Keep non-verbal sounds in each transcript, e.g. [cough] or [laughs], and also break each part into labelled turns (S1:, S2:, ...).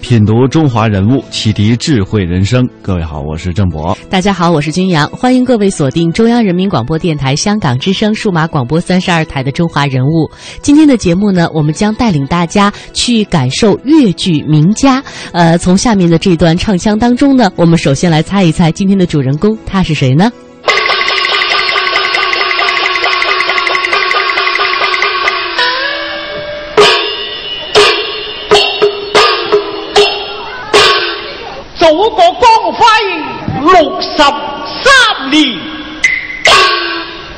S1: 品读中华人物，启迪智慧人生。各位好，我是郑博。
S2: 大家好，我是君阳，欢迎各位锁定中央人民广播电台香港之声数码广播三十二台的《中华人物》。今天的节目呢，我们将带领大家去感受粤剧名家。呃，从下面的这段唱腔当中呢，我们首先来猜一猜今天的主人公他是谁呢？
S3: 祖国光辉六十三年，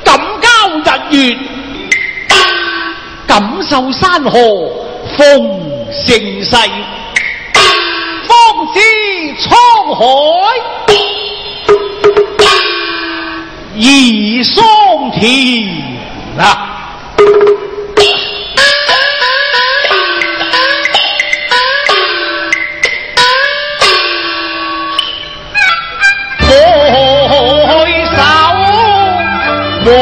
S3: 锦交日月，感受山河奉盛世，方知沧海而桑田啊！海手，黃色六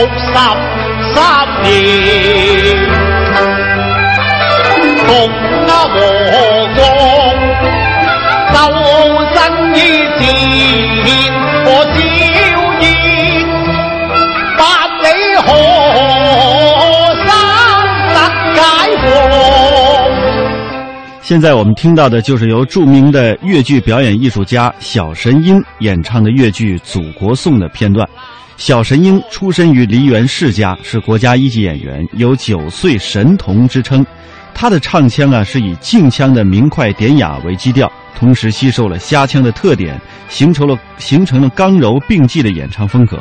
S3: 十三年，共啊和國，鬥爭依戰，我照現，百里河山得解放。
S1: 现在我们听到的就是由著名的越剧表演艺术家小神鹰演唱的越剧《祖国颂》的片段。小神鹰出身于梨园世家，是国家一级演员，有“九岁神童”之称。他的唱腔啊是以京腔的明快典雅为基调，同时吸收了虾腔的特点，形成了形成了刚柔并济的演唱风格。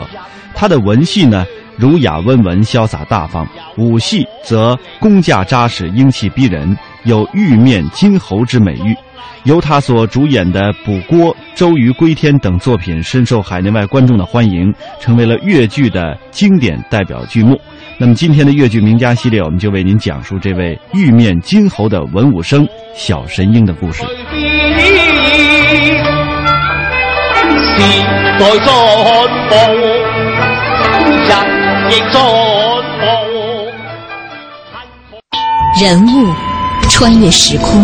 S1: 他的文戏呢，儒雅温文、潇洒大方；武戏则工架扎实、英气逼人，有玉面金猴之美誉。由他所主演的《补锅》《周瑜归天》等作品深受海内外观众的欢迎，成为了越剧的经典代表剧目。那么今天的越剧名家系列，我们就为您讲述这位玉面金猴的文武生小神鹰的故事。
S3: 时代进步，人亦进步。
S4: 人物穿越时空，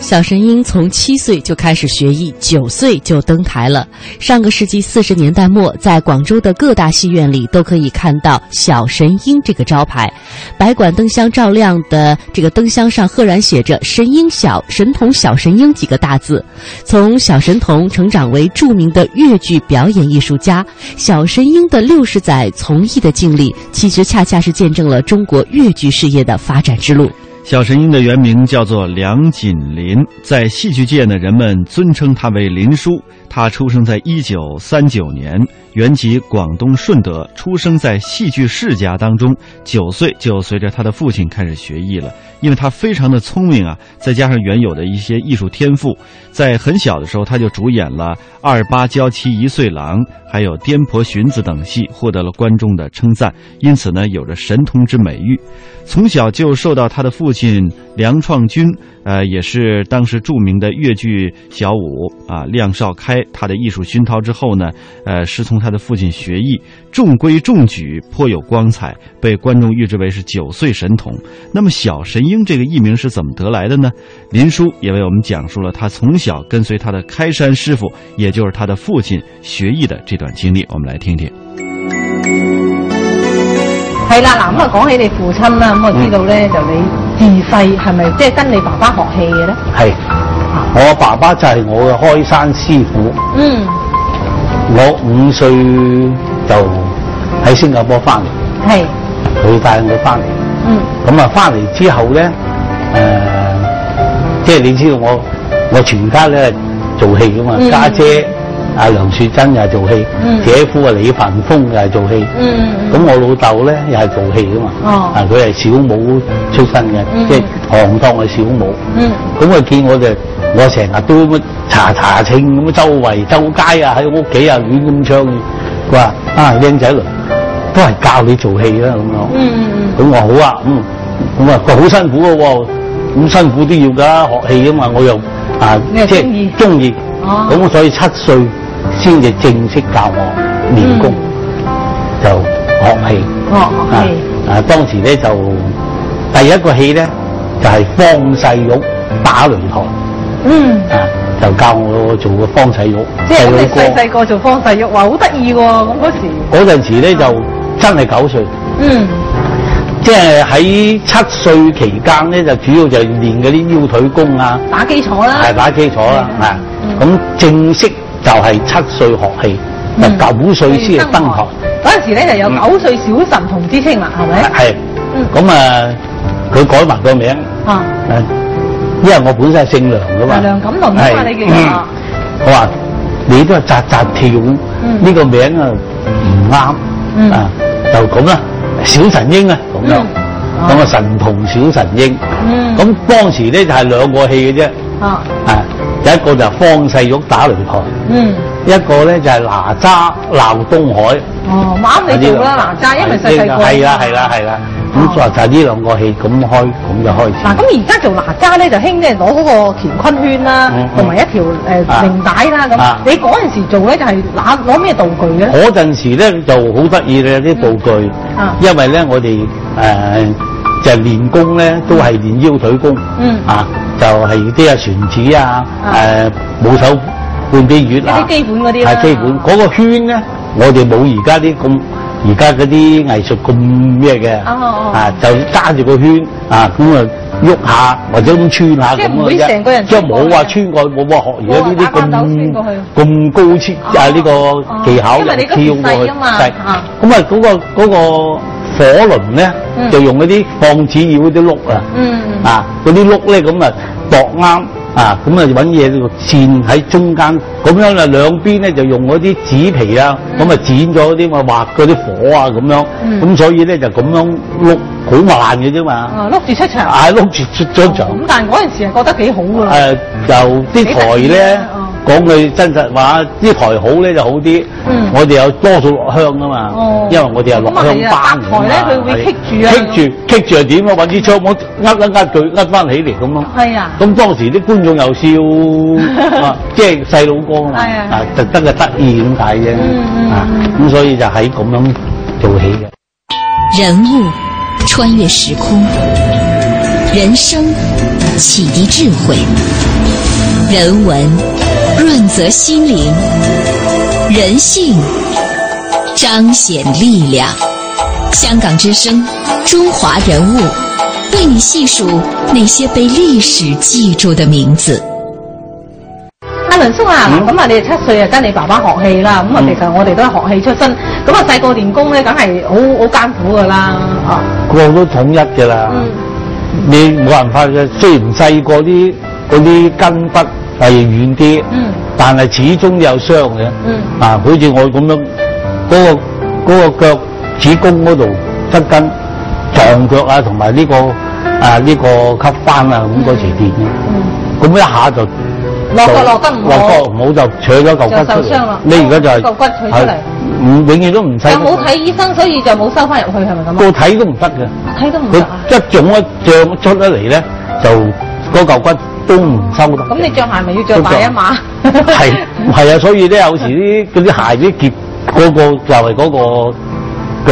S2: 小神鹰从七岁就开始学艺，九岁就登台了。上个世纪四十年代末，在广州的各大戏院里都可以看到“小神鹰”这个招牌，百馆灯箱照亮的这个灯箱上赫然写着“神鹰小神童小神鹰”几个大字。从小神童成长为著名的越剧表演艺术家，小神鹰的六十载从艺的经历，其实恰恰是见证了中国越剧事业的发展之路。
S1: 小神鹰的原名叫做梁锦林，在戏剧界呢，人们尊称他为林叔。他出生在一九三九年，原籍广东顺德，出生在戏剧世家当中。九岁就随着他的父亲开始学艺了，因为他非常的聪明啊，再加上原有的一些艺术天赋，在很小的时候他就主演了《二八娇妻一岁郎》还有《颠婆寻子》等戏，获得了观众的称赞，因此呢，有着神童之美誉。从小就受到他的父亲梁创军，呃，也是当时著名的越剧小舞啊亮少开他的艺术熏陶之后呢，呃，师从他的父亲学艺，中规中矩，颇有光彩，被观众誉之为是九岁神童。那么小神鹰这个艺名是怎么得来的呢？林叔也为我们讲述了他从小跟随他的开山师傅，也就是他的父亲学艺的这段经历，我们来听听。
S5: 係啦，嗱咁啊，講起你父親啦，咁我知道咧，
S6: 嗯
S5: 就你自細係咪即係跟你爸爸學戲嘅咧？
S6: 係，我爸爸就係我嘅開山師傅，
S5: 嗯，
S6: 我五歲就喺新加坡翻嚟，
S5: 係，
S6: 佢帶我翻嚟。
S5: 嗯，
S6: 咁啊，翻嚟之後咧，誒、即係你知道我我全家咧做戲噶嘛，
S5: 嗯
S6: 家姐阿梁雪珍又係做戲，
S5: 嗯
S6: 姐夫啊李凡峰又係做戲。
S5: 嗯，
S6: 咁我老豆咧又係做戲噶嘛，
S5: 哦
S6: 啊佢係小武出身嘅，
S5: 嗯
S6: 即係行當嘅小武。
S5: 嗯，
S6: 咁佢見我哋，我成日都咁樣查查清咁樣周圍周街啊，喺屋企啊亂咁唱。佢話啊，僆仔嚟，都係教你做戲啦咁樣。
S5: 嗯，
S6: 咁我好啊，嗯，咁啊佢好辛苦嘅喎，咁辛苦都要㗎，學戲啊嘛，我又啊
S5: 你又
S6: 即
S5: 鍾意
S6: 係中意，
S5: 哦
S6: 咁、所以七歲先至正式教我練功，
S5: 嗯
S6: 就學戲。
S5: 哦，
S6: 啊
S5: 係，
S6: 啊！當時咧就第一個戲咧就係、方世玉打擂台
S5: 嗯。
S6: 啊，就教我做個方世玉
S5: 即係咁你細
S6: 哥。
S5: 細個做方世玉，話好得意喎！咁嗰時，
S6: 嗰陣時咧就真係九歲，
S5: 嗯，
S6: 即係喺七歲期間咧就主要就練嗰啲腰腿功啊，
S5: 打基礎啦，
S6: 係打基礎啦
S5: 嗯
S6: 啊
S5: 嗯。
S6: 咁正式就係七歲學戲，就
S5: 嗯
S6: 九歲先係登學。
S5: 嗰陣時咧就有九歲小神童之稱啦，係咪？
S6: 係
S5: 嗯，
S6: 咁啊，佢改埋個名。
S5: 啊，
S6: 誒，因為我本身係姓梁噶嘛，
S5: 係梁錦麟啊嘛
S6: 係
S5: 你叫做
S6: 我話你都係扎扎跳，呢、
S5: 嗯
S6: 個名啊唔啱，
S5: 嗯
S6: 啊就咁啦，小神英啊咁樣，咁、
S5: 嗯哦
S6: 啊神童小神英，
S5: 嗯
S6: 咁、當時咧就係、兩個戲嘅啫，
S5: 啊，
S6: 啊有一個就係方世玉打擂台，
S5: 嗯，
S6: 一個咧就係哪吒鬧東海。啊
S5: 哦，啱你做啦，嗱，揸，因為細細個，
S6: 係啦係啦。係啦，
S5: 哦
S6: 咁就就係呢兩個戲咁開，咁就開始。
S5: 嗱，咁而家做哪吒咧就興咧攞嗰個乾坤圈啦
S6: 嗯，嗯
S5: 同埋一條誒
S6: 啊
S5: 領帶啦
S6: 啊
S5: 咁。你嗰陣時做咧就係拿攞咩道具嘅咧？
S6: 嗰陣時咧就好得意嘅啲道具，
S5: 啊
S6: 因為咧我哋誒、呃就係練功咧都係練腰腿功，
S5: 嗯
S6: 啊就係啲啊旋子啊
S5: 啊
S6: 誒冇手半邊月啊，
S5: 一啲基本嗰啲啦
S6: 係基本嗰、個圈咧，我哋冇而家啲咁。而家嗰啲藝術咁咩嘅，
S5: 哦哦
S6: 啊就揸住個圈啊咁啊喐下或者咁穿下
S5: 即
S6: 咁
S5: 係唔會
S6: 嘅啫
S5: 成個人
S6: 即係
S5: 穿過去
S6: 冇話穿過，冇話學而家呢
S5: 冇話打關斗穿
S6: 啲
S5: 過去
S6: 咁咁高超啊呢個技巧
S5: 哦因為你嗰
S6: 又
S5: 時
S6: 跳過
S5: 細
S6: 去
S5: 啊嘛
S6: 細
S5: 啊
S6: 咁啊嗰個嗰個火輪咧
S5: 嗯
S6: 就用嗰啲放紙鷂嗰啲碌啊，
S5: 嗯
S6: 啊嗰啲碌咧咁啊度啱啊咁啊揾嘢個線喺中間，咁樣啊兩邊咧就用嗰啲紙皮啊，咁啊剪咗嗰啲嘛畫嗰啲火啊咁樣，
S5: 嗯
S6: 咁所以咧就咁樣碌好慢嘅啫嘛，
S5: 啊，碌住出場。
S6: 啊碌住出咗場。
S5: 咁但係嗰陣時係覺得幾好㗎啦。
S6: 誒由啲台咧講句真實話，啲台好咧就好啲。
S5: 嗯
S6: 我哋有多數落鄉啊嘛，
S5: 哦
S6: 因為我哋係落鄉班
S5: 咁啊係
S6: 㗎嘛
S5: 啊搭台咧佢會棘住啊
S6: 棘住棘住又點啊？揾支槍我呃一呃佢，呃翻起嚟咁咯。
S5: 係啊
S6: 咁當時啲觀眾又笑，啊即係細佬哥啊嘛
S5: 係啊，
S6: 啊特登嘅得意咁解啫
S5: 嗯嗯。
S6: 啊，咁所以就喺咁樣做起嘅。
S4: 人物穿越时空，人生启迪智慧，人文润泽心灵，人性彰显力量。香港之声，中华人物，为你细数那些被历史记住的名字。
S5: 阿倫叔啊，
S6: 嗯
S5: 咁啊，你哋七歲啊跟你爸爸學戲啦，咁啊，
S6: 嗯
S5: 其實我哋都係學戲出身，咁啊細個練功咧，梗係好好艱苦㗎啦，啊，
S6: 個個都統一嘅啦。
S5: 嗯
S6: 你冇辦法嘅，雖然細個啲嗰啲根骨係軟啲，
S5: 嗯
S6: 但係始終有傷嘅。
S5: 嗯
S6: 啊，好似我咁樣，嗰、個嗰、個腳趾公嗰度側筋撞腳啊，同埋呢個啊呢、個吸翻啊咁嗰時跌嘅，
S5: 嗯，
S6: 咁、一下就。
S5: 落
S6: 就
S5: 腳落得唔好
S6: 落腳唔好就扯咗嚿
S5: 就
S6: 骨
S5: 受
S6: 出嚟
S5: 傷啦。
S6: 你而家就係
S5: 嚿骨取出嚟
S6: 係唔永遠都唔使
S5: 又冇睇醫生，所以就冇收翻入去，係咪咁
S6: 個
S5: 啊？
S6: 睇都唔得嘅。
S5: 睇都唔
S6: 佢
S5: 得啊！
S6: 一腫一脹出得嚟咧，就嗰嚿骨都唔收得。
S5: 咁你着鞋咪要着大一啊碼？
S6: 係係啊，所以咧有時啲嗰啲鞋啲結嗰個就係嗰個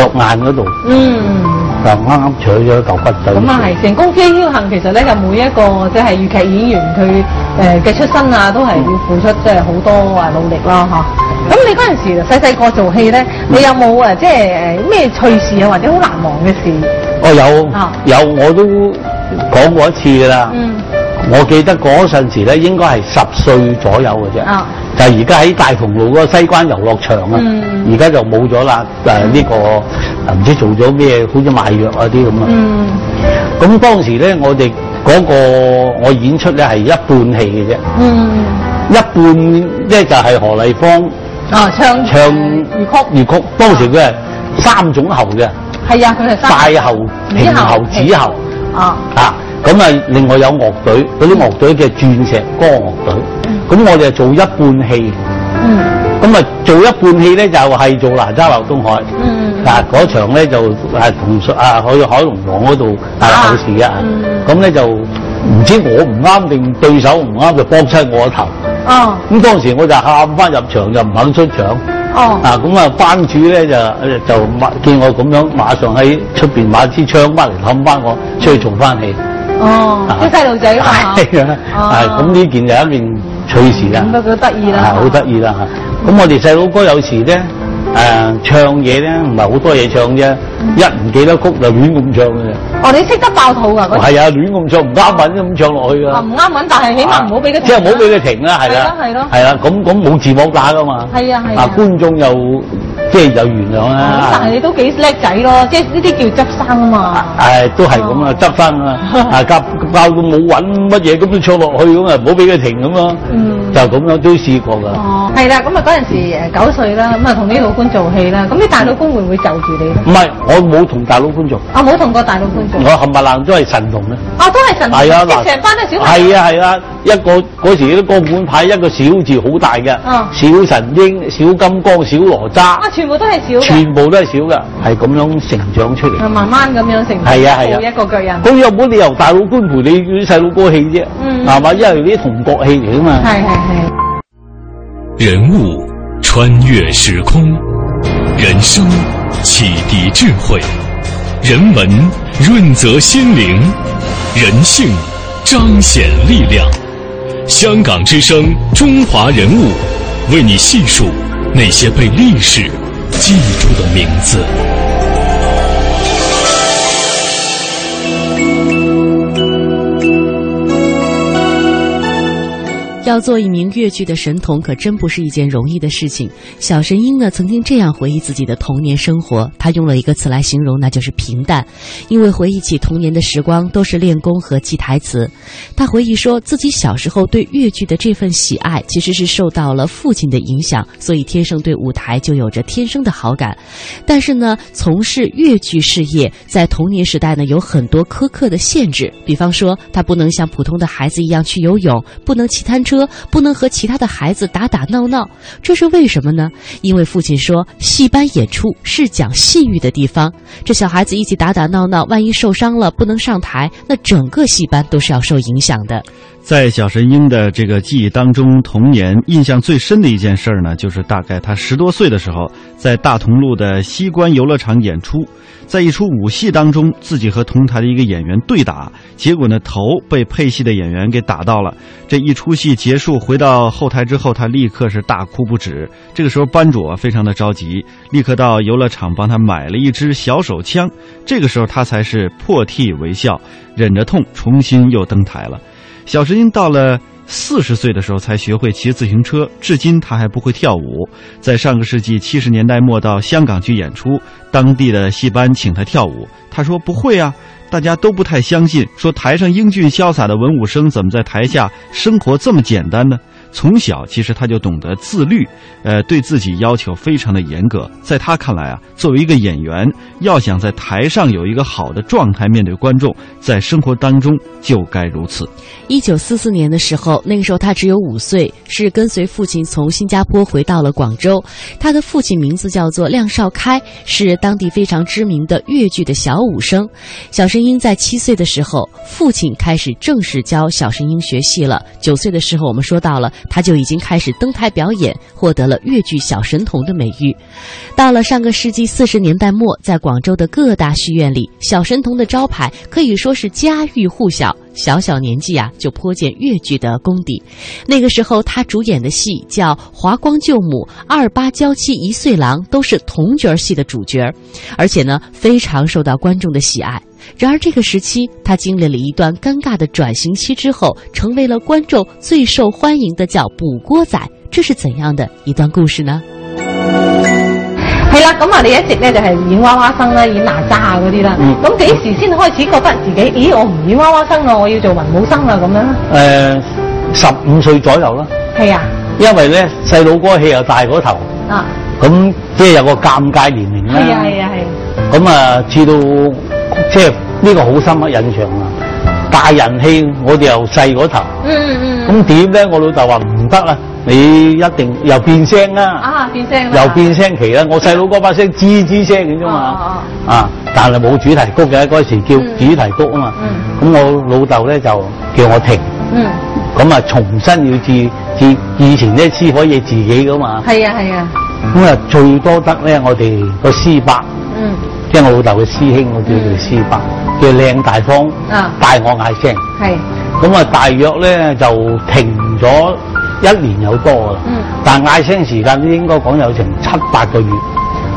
S6: 腳眼嗰度，
S5: [laughs] 嗯。
S6: 就啱啱取咗嚿骨走。
S5: 咁啊係，成功非僥幸，其實咧就每一個即係粵劇演員佢誒嘅出身啊，都係要付出即係好多啊努力啦嚇。咁你嗰陣時細細個做戲咧，你有冇誒即係誒咩趣事啊，或者好難忘嘅事？
S6: 哦
S5: 啊
S6: 有有我都講過一次㗎啦。
S5: 嗯
S6: 我記得嗰陣時咧，應該係十歲左右嘅啫。
S5: 啊
S6: 就係而家喺大同路嗰個西關遊樂場啊，
S5: 嗯
S6: 而家、就冇咗啦。誒、呢、個啊唔知做咗咩，好似賣藥啊啲咁啊。
S5: 嗯，
S6: 咁當時咧，我哋嗰、個我演出咧係一半戲嘅啫，
S5: 嗯，
S6: 一半咧就係何麗芳
S5: 啊，唱
S6: 唱
S5: 粵曲，
S6: 粵曲。當時佢係三種喉嘅，
S5: 係啊，佢係
S6: 快喉、平喉、子喉
S5: 啊，
S6: 啊。咁啊，另外有樂隊，嗰啲樂隊嘅鑽石歌樂隊。咁我哋就做一半戲，
S5: 嗯
S6: 咁啊做一半戲咧就係做哪吒鬧東海。
S5: 嗯，
S6: 嗱嗰場咧就係同啊去海龍王嗰度啊
S5: 啊
S6: 有事啊
S5: 嗯，
S6: 咁咧就唔知我唔啱定對手唔啱就幫親我個頭，
S5: 哦
S6: 咁當時我就喊翻入場就唔肯出場，
S5: 哦，
S6: 啊咁啊班主咧就就見我咁樣，馬上喺出邊買支槍翻嚟冚翻我，出去做翻戲，
S5: 哦，即係細路仔啊嘛，哦
S6: [laughs] 係啊，係咁呢件就一件趣事啦
S5: 咁。都幾得意啦，
S6: 啊，好得意啦嚇！咁我哋細佬哥有時咧，誒、唱嘢咧，唔係好多嘢唱啫，
S5: 嗯
S6: 一唔記得曲就亂咁唱嘅啫。
S5: 哦，你識得爆肚㗎嗰啲
S6: 係啊，亂咁唱唔啱韻咁唱落去㗎
S5: 啊
S6: 啦
S5: 唔。啱揾，但係起碼唔好俾佢
S6: 啊即係唔好俾
S5: 佢。
S6: 佢停啦，係
S5: 係
S6: 啦，
S5: 咯係咯
S6: 係啦，咁咁冇字幕打㗎嘛。
S5: 係啊係啊
S6: 啊，觀眾又即係又原諒
S5: 咁啊但係
S6: 啦。
S5: 你都幾叻仔咯，即係呢啲叫執生啊嘛。
S6: 誒，都係咁
S5: 哦
S6: 啊，執生啊，
S5: [laughs]
S6: 啊教教到冇韻乜嘢咁都唱落去咁啊，唔好俾佢停咁咯。
S5: 嗯
S6: 就咁樣都試過㗎。
S5: 哦，係啦，咁啊嗰陣時誒九歲啦，咁啊同啲老官做戲啦，咁啲大老官會唔會就住你咧？
S6: 唔係，我冇同大佬觀眾，
S5: 啊，冇同過大老官做
S6: 我，冚唪唥都係神童嘅。
S5: 啊都係神，
S6: 係啊，
S5: 即係
S6: 嗱，
S5: 成班都係小朋友。
S6: 係啊係啊，一個嗰時啲光管牌一個小字好大嘅，
S5: 嗯
S6: 小神鷹、小金剛、小哪
S5: 啊，
S6: 吒，
S5: 全部都係小嘅，
S6: 全部都係小嘅，係咁樣成長出
S5: 啊
S6: 嚟。
S5: 慢慢咁樣成，
S6: 係啊係啊
S5: 做一個腳印。
S6: 咁有冇理由大佬官陪你啲細佬哥戲啫？
S5: 嗯啊
S6: 係嘛？因為啲同國戲嚟噶嘛。
S5: 係係係，
S7: 人物穿越时空，人生启迪智慧，人文润泽心灵，人性彰显力量。香港之声《中华人物》为你细数那些被历史记住的名字。
S2: 要做一名越剧的神童，可真不是一件容易的事情。小神鹰呢，曾经这样回忆自己的童年生活，他用了一个词来形容，那就是平淡。因为回忆起童年的时光，都是练功和记台词。他回忆说自己小时候对越剧的这份喜爱，其实是受到了父亲的影响，所以天生对舞台就有着天生的好感。但是呢，从事越剧事业，在童年时代呢，有很多苛刻的限制，比方说，他不能像普通的孩子一样去游泳，不能骑单车，不能和其他的孩子打打闹闹。这是为什么呢？因为父亲说，戏班演出是讲信誉的地方，这小孩子一起打打闹闹，万一受伤了不能上台，那整个戏班都是要受影响的。
S1: 在小神鹰的这个记忆当中，童年印象最深的一件事儿呢，就是大概他十多岁的时候，在大同路的西关游乐场演出，在一出武戏当中，自己和同台的一个演员对打，结果呢头被配戏的演员给打到了。这一出戏结束，回到后台之后，他立刻是大哭不止。这个时候班主啊非常的着急，立刻到游乐场帮他买了一支小手枪。这个时候他才是破涕为笑，忍着痛重新又登台了。小神鹰到了四十岁的时候才学会骑自行车，至今他还不会跳舞。在上个世纪七十年代末到香港去演出，当地的戏班请他跳舞，他说不会啊。大家都不太相信，说台上英俊潇洒的文武生怎么在台下生活这么简单呢？从小其实他就懂得自律，呃，对自己要求非常的严格。在他看来啊，作为一个演员，要想在台上有一个好的状态面对观众，在生活当中就该如此。
S2: 一九四四年的时候，那个时候他只有五岁，是跟随父亲从新加坡回到了广州。他的父亲名字叫做亮少开，是当地非常知名的越剧的小武生。小神鹰在七岁的时候，父亲开始正式教小神鹰学戏了。九岁的时候，我们说到了，他就已经开始登台表演，获得了越剧小神童的美誉。到了上个世纪四十年代末，在广州的各大戏院里，小神童的招牌可以说是家喻户晓。小小年纪啊，就颇见越剧的功底。那个时候，他主演的戏叫《华光救母》《二八娇妻一岁郎》，都是童角儿戏的主角儿，而且呢，非常受到观众的喜爱。然而，这个时期他经历了一段尴尬的转型期之后，成为了观众最受欢迎的叫“补锅仔”。这是怎样的一段故事呢？
S5: 係啦，咁啊，你一直咧就係演娃娃生啦，演哪吒啊嗰啲啦
S6: 嗯。
S5: 咁幾時先開始覺得自己，咦，我唔演娃娃生啦，啊我要做文武生啦咁樣？
S6: 誒十五歲左右啦，
S5: 係啊，
S6: 因為咧細佬哥氣又大過頭，
S5: 啊，
S6: 咁即係有個尷尬年齡啦。
S5: 係啊，係啊，係啊。
S6: 咁啊，至到即係呢個好深刻印象啊！大人氣，我哋又細嗰頭，
S5: 嗯嗯嗯。
S6: 咁點咧？我老豆話唔得啦，你一定又變聲啦，
S5: 啊，變聲啦。
S6: 又變聲期啦。我細佬嗰把聲吱吱聲嘅啫嘛，啊！但係冇主題曲嘅嗰時叫
S5: 哦嗯
S6: 主題曲啊嘛，咁我老豆咧就叫我停，
S5: 嗯，
S6: 咁啊重新要自自以前咧先可以自己噶嘛，
S5: 係啊，係啊，
S6: 咁啊最多得咧我哋個師伯。
S5: 嗯，
S6: 即係我老豆嘅師兄，我叫佢師伯，叫靚大方，
S5: 啊
S6: 帶我嗌聲。
S5: 係，
S6: 咁啊，大約咧就停咗一年有多啦。
S5: 嗯
S6: 但嗌聲時間應該講有成七八個月，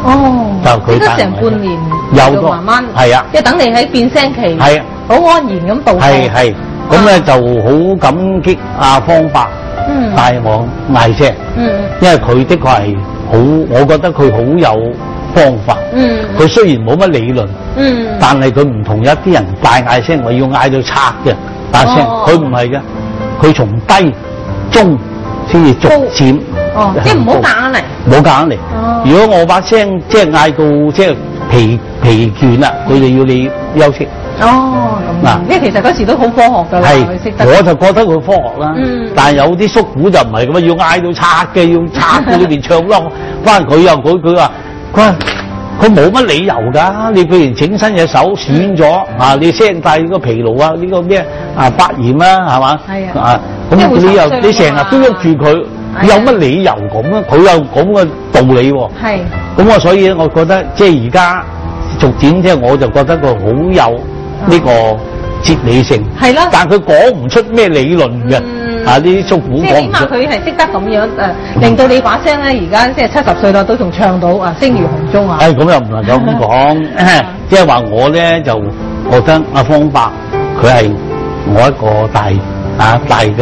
S5: 哦，
S6: 就佢
S5: 應該
S6: 帶
S5: 成
S6: 我
S5: 半年，
S6: 有多
S5: 慢慢，
S6: 係啊
S5: 即係等你喺變聲期，
S6: 係啊，
S5: 好安然咁度過，
S6: 係係。咁咧就好感激阿方伯
S5: 啊嗯
S6: 帶我嗌聲，
S5: 嗯
S6: 因為佢的確係好，我覺得佢好有方法。
S5: 嗯
S6: 佢雖然冇乜理論。
S5: 嗯，
S6: 但係佢唔同一啲人大嗌聲，我要嗌到拆嘅大聲，
S5: 哦
S6: 佢唔係嘅，佢從低中先至逐漸
S5: 哦，即係唔好
S6: 夾
S5: 夾硬嚟，
S6: 冇夾硬嚟
S5: 哦。
S6: 如果我把聲即係嗌到即係疲疲倦啦，佢就要你休息。
S5: 哦，咁
S6: 嗱
S5: 樣，因為其實嗰時都好科學㗎啦，
S6: 係
S5: 佢識，得，
S6: 我就覺得佢科學啦
S5: 嗯。
S6: 但係有啲叔父就唔係咁啊，要嗌到拆嘅，要拆到裏邊
S5: [laughs]
S6: 唱咯。翻佢又佢佢話佢話佢冇乜理由㗎。你譬如整親隻手損咗
S5: 嗯
S6: 啊，你聲帶呢個疲勞啊，呢個咩啊發炎啦，係嘛？
S5: 係啊
S6: 啊，咁
S5: 即係會
S6: 你又
S5: 受傷
S6: 你成日都喐住佢，
S5: 啊
S6: 有乜理由咁啊？佢有咁嘅道理喎。
S5: 係，
S6: 咁我所以我覺得即係而家逐漸即係我就覺得佢好有
S5: 嗯
S6: 呢個哲理性，
S5: 係啦
S6: 但佢講唔出咩理論嘅，
S5: 嗯
S6: 啊呢啲叔父
S5: 即係
S6: 講
S5: 起
S6: 唔
S5: 碼
S6: 出，
S5: 佢係識得咁樣誒，令到你把聲咧而家即係七十歲啦，都仲唱到啊，聲如洪鐘啊，
S6: 哎唉咁又唔能夠咁講，
S5: 嗯
S6: [coughs] 即係話我咧就覺得阿方伯佢係我一個大啊大嘅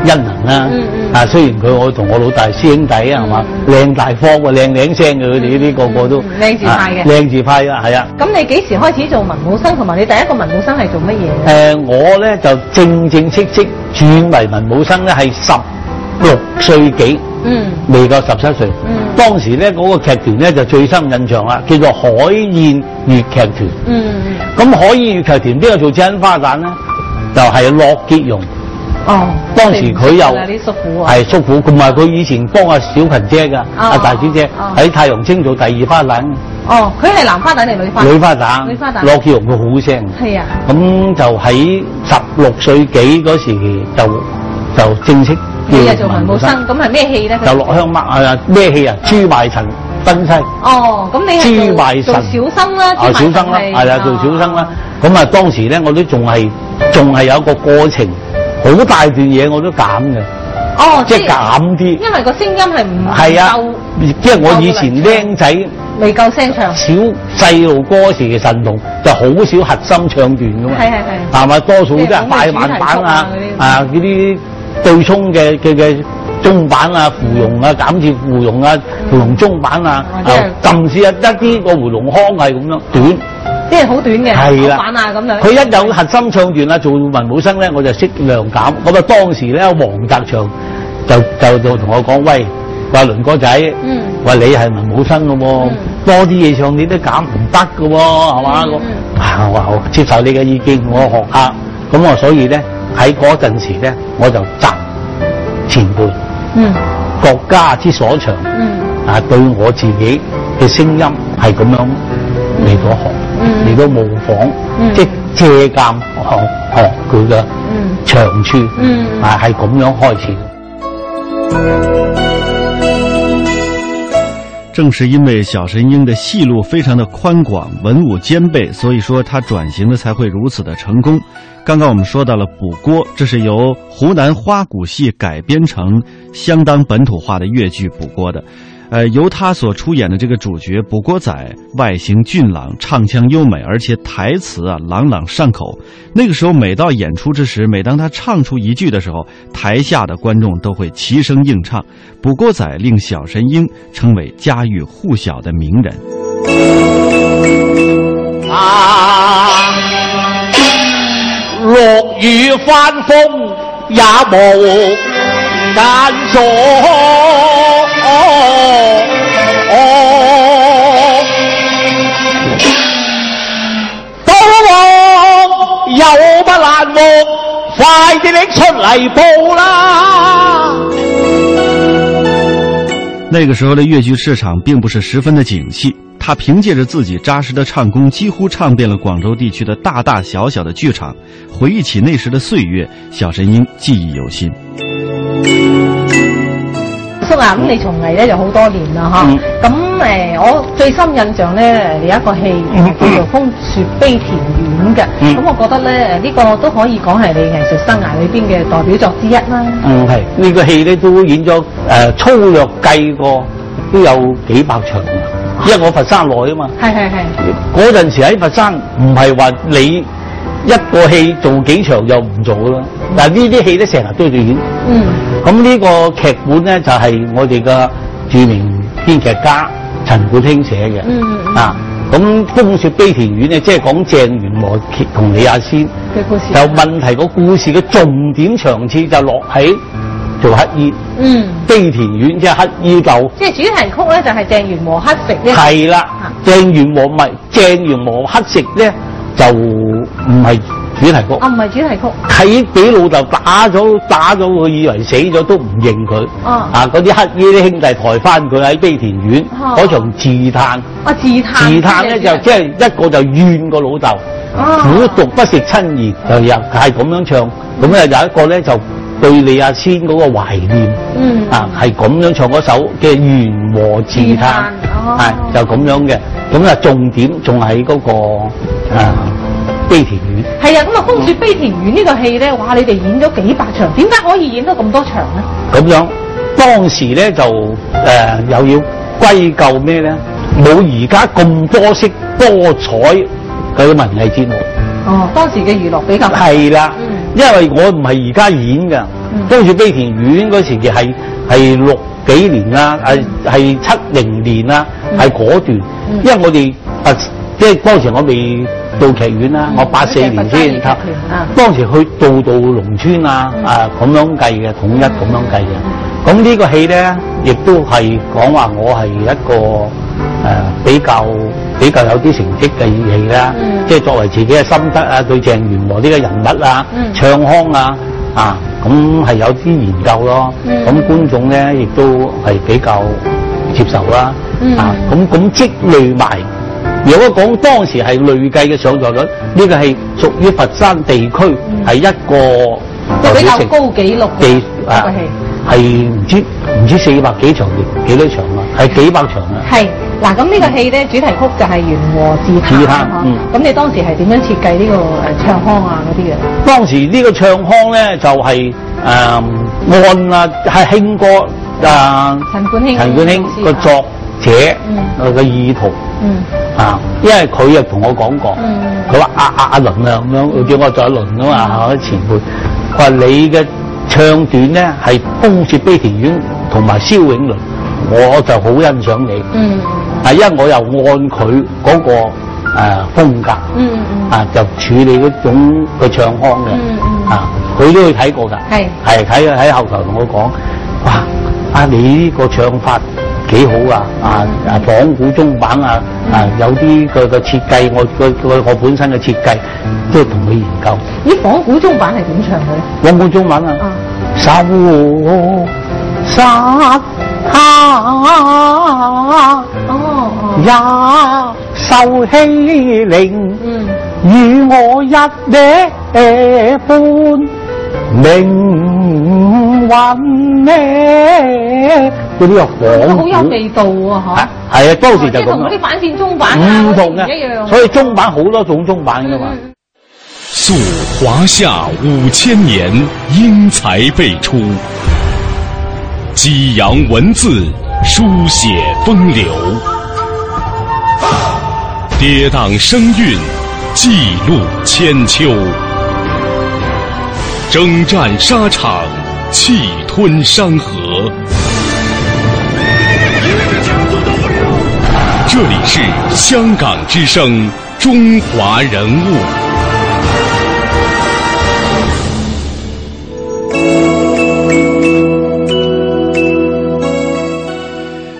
S6: 恩人啦
S5: 嗯，嗯
S6: 啊雖然佢我同我老大師兄弟啊係嘛，靚大方喎靚靚聲嘅佢哋呢啲個個都
S5: 嗯靚字派嘅
S6: 啊靚字派啊係啊。
S5: 咁你幾時開始做文武生，同埋你第一個文武生係做乜嘢
S6: 誒、呃我咧就正正式式轉為文武生咧，係十六歲幾，
S5: 嗯，
S6: 未夠十七歲。
S5: 嗯
S6: 當時咧嗰、個劇團咧就最深印象啦，叫做海燕粵劇團。
S5: 嗯，
S6: 咁海燕粵劇團邊個做真花旦咧？就係、駱潔容。
S5: 哦，
S6: 當時佢
S5: 你
S6: 又
S5: 唔識㗎啦啲叔父啊，
S6: 係叔父，同埋佢以前幫阿小群姐㗎，阿、大小姐
S5: 哦
S6: 喺太陽星做第二花旦、
S5: 哦，佢係男花旦定女花？
S6: 女花旦。
S5: 女花旦
S6: 駱潔容佢好聲。
S5: 係啊，
S6: 咁就喺十六歲幾嗰時就就正式
S5: 你又
S6: 叫
S5: 做文武生，咁係咩戲咧？佢
S6: 就落鄉麥啊咩戲啊？朱拜神登西，
S5: 哦，咁你係
S6: 朱拜
S5: 做
S6: 神
S5: 做小生啦，
S6: 啊小生啦，係啊做小生啦。咁啊當時咧我都仲係仲係有個過程，好大段嘢我都減嘅，
S5: 哦，
S6: 即係減啲，
S5: 因為個聲音係唔
S6: 係啊
S5: 夠，
S6: 即係我以前僆仔
S5: 未夠聲唱，
S6: 小細路哥時嘅神童就好少核心唱段噶嘛。
S5: 係係係，
S6: 係咪？多數都係快慢板啊，啊嗰啲對沖嘅嘅嘅中板啊、芙蓉啊、減至芙蓉啊、芙蓉中板啊，
S5: 哦
S6: 啊
S5: 即係
S6: 甚至啊一啲個回龍腔係咁樣短，
S5: 即係好短嘅，
S6: 係
S5: 好板
S6: 啦
S5: 啊咁樣。。
S6: 佢一有核心唱段啊，做文武生咧，我就適量減。咁啊，當時咧，黃澤祥就就就同我講：喂，話倫哥仔，
S5: 嗯
S6: 話你係文武生嘅喎
S5: 嗯，
S6: 多啲嘢唱你都減唔得嘅喎，係嘛？
S5: 嗯
S6: 我
S5: 嗯
S6: 啊，我話好接受你嘅意見，我學下。咁我所以咧喺嗰陣時咧，我就集前輩
S5: 嗯
S6: 國家之所長
S5: 嗯
S6: 啊，對我自己嘅聲音係咁樣嚟到學，
S5: 嗯
S6: 嚟到模仿，
S5: 嗯
S6: 即係借鑑學學佢嘅
S5: 嗯
S6: 長處，
S5: 嗯
S6: 啊係咁樣開始。
S1: 正是因为小神鹰的戏路非常的宽广，文武兼备，所以说它转型的才会如此的成功。刚刚我们说到了《补锅》，这是由湖南花鼓戏改编成相当本土化的越剧《补锅》的。呃，由他所出演的这个主角卜国仔，外形俊朗，唱腔优美，而且台词啊朗朗上口。那个时候，每到演出之时，每当他唱出一句的时候，台下的观众都会齐声应唱。卜国仔令小神鹰成为家喻户晓的名人。
S3: 啊，落雨翻風也無間所。賭王有乜爛木，快啲拎出嚟報啦！
S1: 那个时候的越剧市场并不是十分的景气，他凭借着自己扎实的唱功，几乎唱遍了广州地区的大大小小的剧场。回忆起那时的岁月，小神鹰记忆犹新。
S5: 叔啊，咁你從藝咧就好多年啦
S6: 嗯
S5: 嚇，咁誒、我最深印象咧有一個戲嗯叫做《風雪悲田園》嘅，
S6: 嗯
S5: 咁、我覺得咧呢、個都可以講係你藝術生涯裏邊嘅代表作之一啦。
S6: 嗯，係呢、個戲咧都演咗誒、呃粗略計過都有幾百場啊，因為我佛山來啊嘛。
S5: 係係係，
S6: 嗰陣時喺佛山唔係話你一個戲做幾場就唔做啦。嗱呢啲戲咧成日都要演，
S5: 嗯
S6: 咁呢個劇本咧就係、我哋嘅著名編劇家陳冠興寫嘅。
S5: 嗯嗯嗯
S6: 啊，咁《風雪悲田園》咧即係講鄭元和同李亞仙。
S5: 嗯嘅故事。
S6: 有問題個故事嘅重點場次就落喺做乞衣
S5: 嗯，
S6: 悲田院即係乞衣救。
S5: 即係主題曲咧就係鄭元和黑食呢。
S6: 係
S5: 啊
S6: 啦，鄭元和唔係鄭元和乞食咧，就唔係主題曲
S5: 啊，。唔係主題曲。
S6: 契俾老豆打咗，打咗佢以為死咗都唔認佢。
S5: 哦
S6: 啊，嗰啲乞衣啲兄弟抬翻佢喺悲田院
S5: 哦
S6: 嗰場自嘆。
S5: 啊，自嘆。
S6: 自嘆咧就即係一個就怨個老豆，
S5: 啊
S6: 虎毒不食親兒，就又係咁樣唱。咁咧有一個咧就對李亞仙嗰個懷念，
S5: 嗯
S6: 啊係咁樣唱嗰首嘅《元和
S5: 自》，
S6: 自嘆
S5: 嘆
S6: 係
S5: 哦
S6: 就咁樣嘅。咁啊重點仲喺嗰個啊悲田院。
S5: 係啊，咁啊《風雪悲田園》呢個戲咧，哇！你哋演咗幾百場，點解可以演到咁多場咧？
S6: 咁樣，當時咧就誒、呃又要歸咎咩咧？冇而家咁多色多彩嘅文藝節目。
S5: 哦，當時嘅娛樂比較
S6: 係啦
S5: 嗯，
S6: 因為我唔係而家演㗎，
S5: 嗯
S6: 跟住悲田院嗰時嘅係係六幾年啦，係係七零年啦，
S5: 嗯
S6: 係嗰段
S5: 嗯，
S6: 因為我哋啊即係當時我未到劇院啦
S5: 嗯，
S6: 我八四年
S5: 你
S6: 先
S5: 係佛山嘅劇團啊
S6: 當時去到到農村啊
S5: 嗯
S6: 啊咁樣計嘅，統一咁樣計嘅。咁呢個戲咧，亦都係講話我係一個誒、呃比較比較有啲成績嘅戲啦，
S5: 嗯
S6: 即係作為自己嘅心得啊，對鄭元和呢個人物啊、
S5: 嗯
S6: 唱腔啊啊，咁係有啲研究咯。
S5: 嗯
S6: 咁、觀眾咧亦都係比較接受啦。
S5: 嗯
S6: 啊，咁咁積累埋。如果講當時係累計嘅上座率，呢、個係屬於佛山地區
S5: 嗯
S6: 係、一個
S5: 就比較
S6: 成
S5: 高紀錄嘅
S6: 地
S5: 一
S6: 啊
S5: 個戲。
S6: 係唔知唔知四百幾場定幾多場啊？係幾百場啊？
S5: 係嗱，咁呢個戲咧主題曲就係《元和自嘆》
S6: 自嘆
S5: 啦嚇
S6: 嗯
S5: 咁你當時係點樣設計呢個誒唱腔啊嗰啲嘅？
S6: 當時呢個唱腔咧就係、誒、按啊係興哥啊
S5: 陳冠興
S6: 陳冠興個作者
S5: 嗯
S6: 佢嘅意圖
S5: 嗯
S6: 啊，因為佢又同我講過
S5: 嗯，
S6: 佢話阿阿阿倫啊咁樣，佢叫我做阿倫啊嘛，我啲前輩，佢話你嘅唱段咧係風雪悲田園同埋蕭永倫，我就好欣賞你。
S5: 嗯
S6: 啊，因為我又按佢嗰、個誒、呃、風格，
S5: 嗯嗯
S6: 啊就處理嗰種嘅唱腔嘅，
S5: 嗯嗯
S6: 啊佢都去睇過㗎，
S5: 係
S6: 係睇啊喺後頭同我講，哇啊你呢個唱法幾好啊啊啊仿古中版啊
S5: 嗯
S6: 啊有啲佢嘅設計，我佢佢我本身嘅設計都同佢研究。
S5: 咦，仿古中版係點唱嘅咧？
S6: 有冇中文啊
S5: 啊？
S6: 沙烏沙塔
S5: 哦
S6: 也受欺凌，
S5: 嗯
S6: 與我一夜半命運呢？嗰啲又
S5: 哦，
S6: 仿
S5: 好有
S6: 古
S5: 味道喎嚇
S6: 啊！係啊，當時
S5: 即
S6: 就
S5: 係
S6: 咁
S5: 同嗰啲
S6: 樣
S5: 反線中版啊
S6: 唔同
S5: 嗰啲一樣
S6: 嘅，所以中版好多種中版噶嘛。
S5: 嗯
S7: 溯华夏五千年，英才辈出；激扬文字，书写风流，跌宕声韵，记录千秋，征战沙场，气吞山河。这里是香港之声《中华人物》。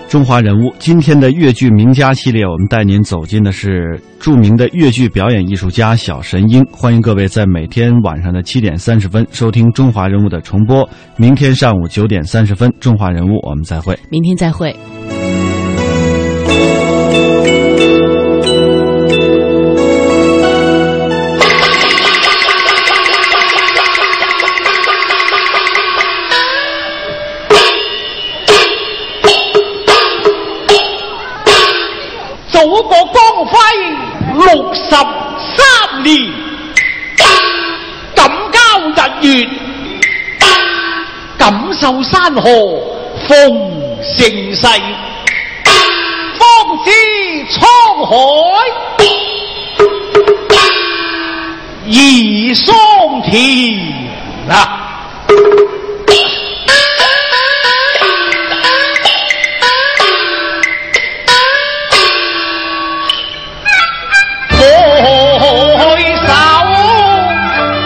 S1: 中华人物，今天的越剧名家系列，我们带您走进的是著名的越剧表演艺术家小神鹰。欢迎各位在每天晚上的七点三十分收听《中华人物》的重播，明天上午九点三十分，《中华人物》我们再会。
S2: 明天再会。
S3: 做一个光辉六十三年，感交日月，感受山河风盛世，方知沧海易桑田啊！海手，黃色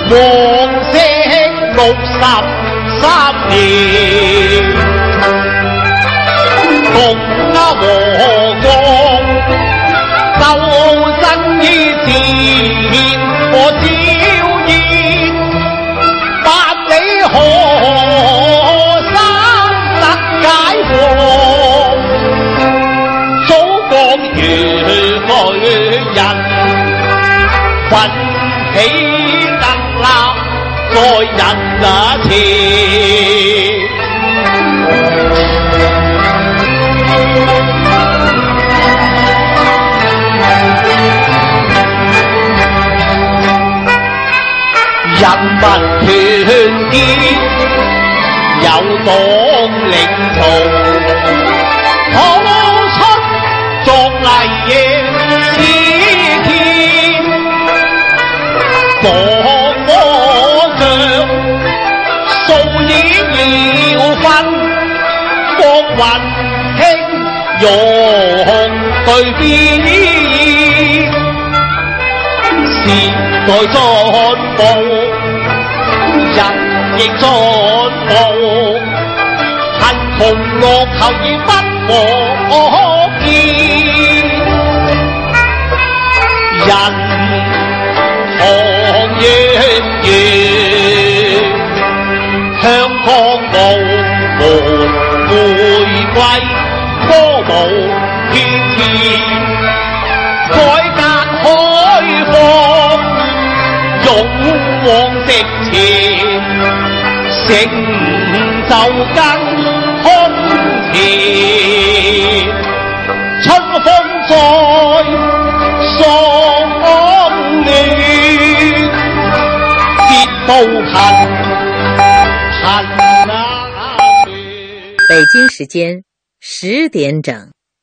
S3: 六十三年，共啊和光，就真於前我照現，百里河山得解放。祖國如女人，奮起能立在人那前。人民團結，有黨領導。好出壯麗之天，防我將數以要分，國運興容對邊，時代進步，人亦進步。恨同惡求而不可見。人行遠遠，香港澳門回歸歌舞翩翩，改革開放，勇往直前。成就更空前，春風在，爽暖，捷報恨，恨啊！
S8: 北京时间十点整。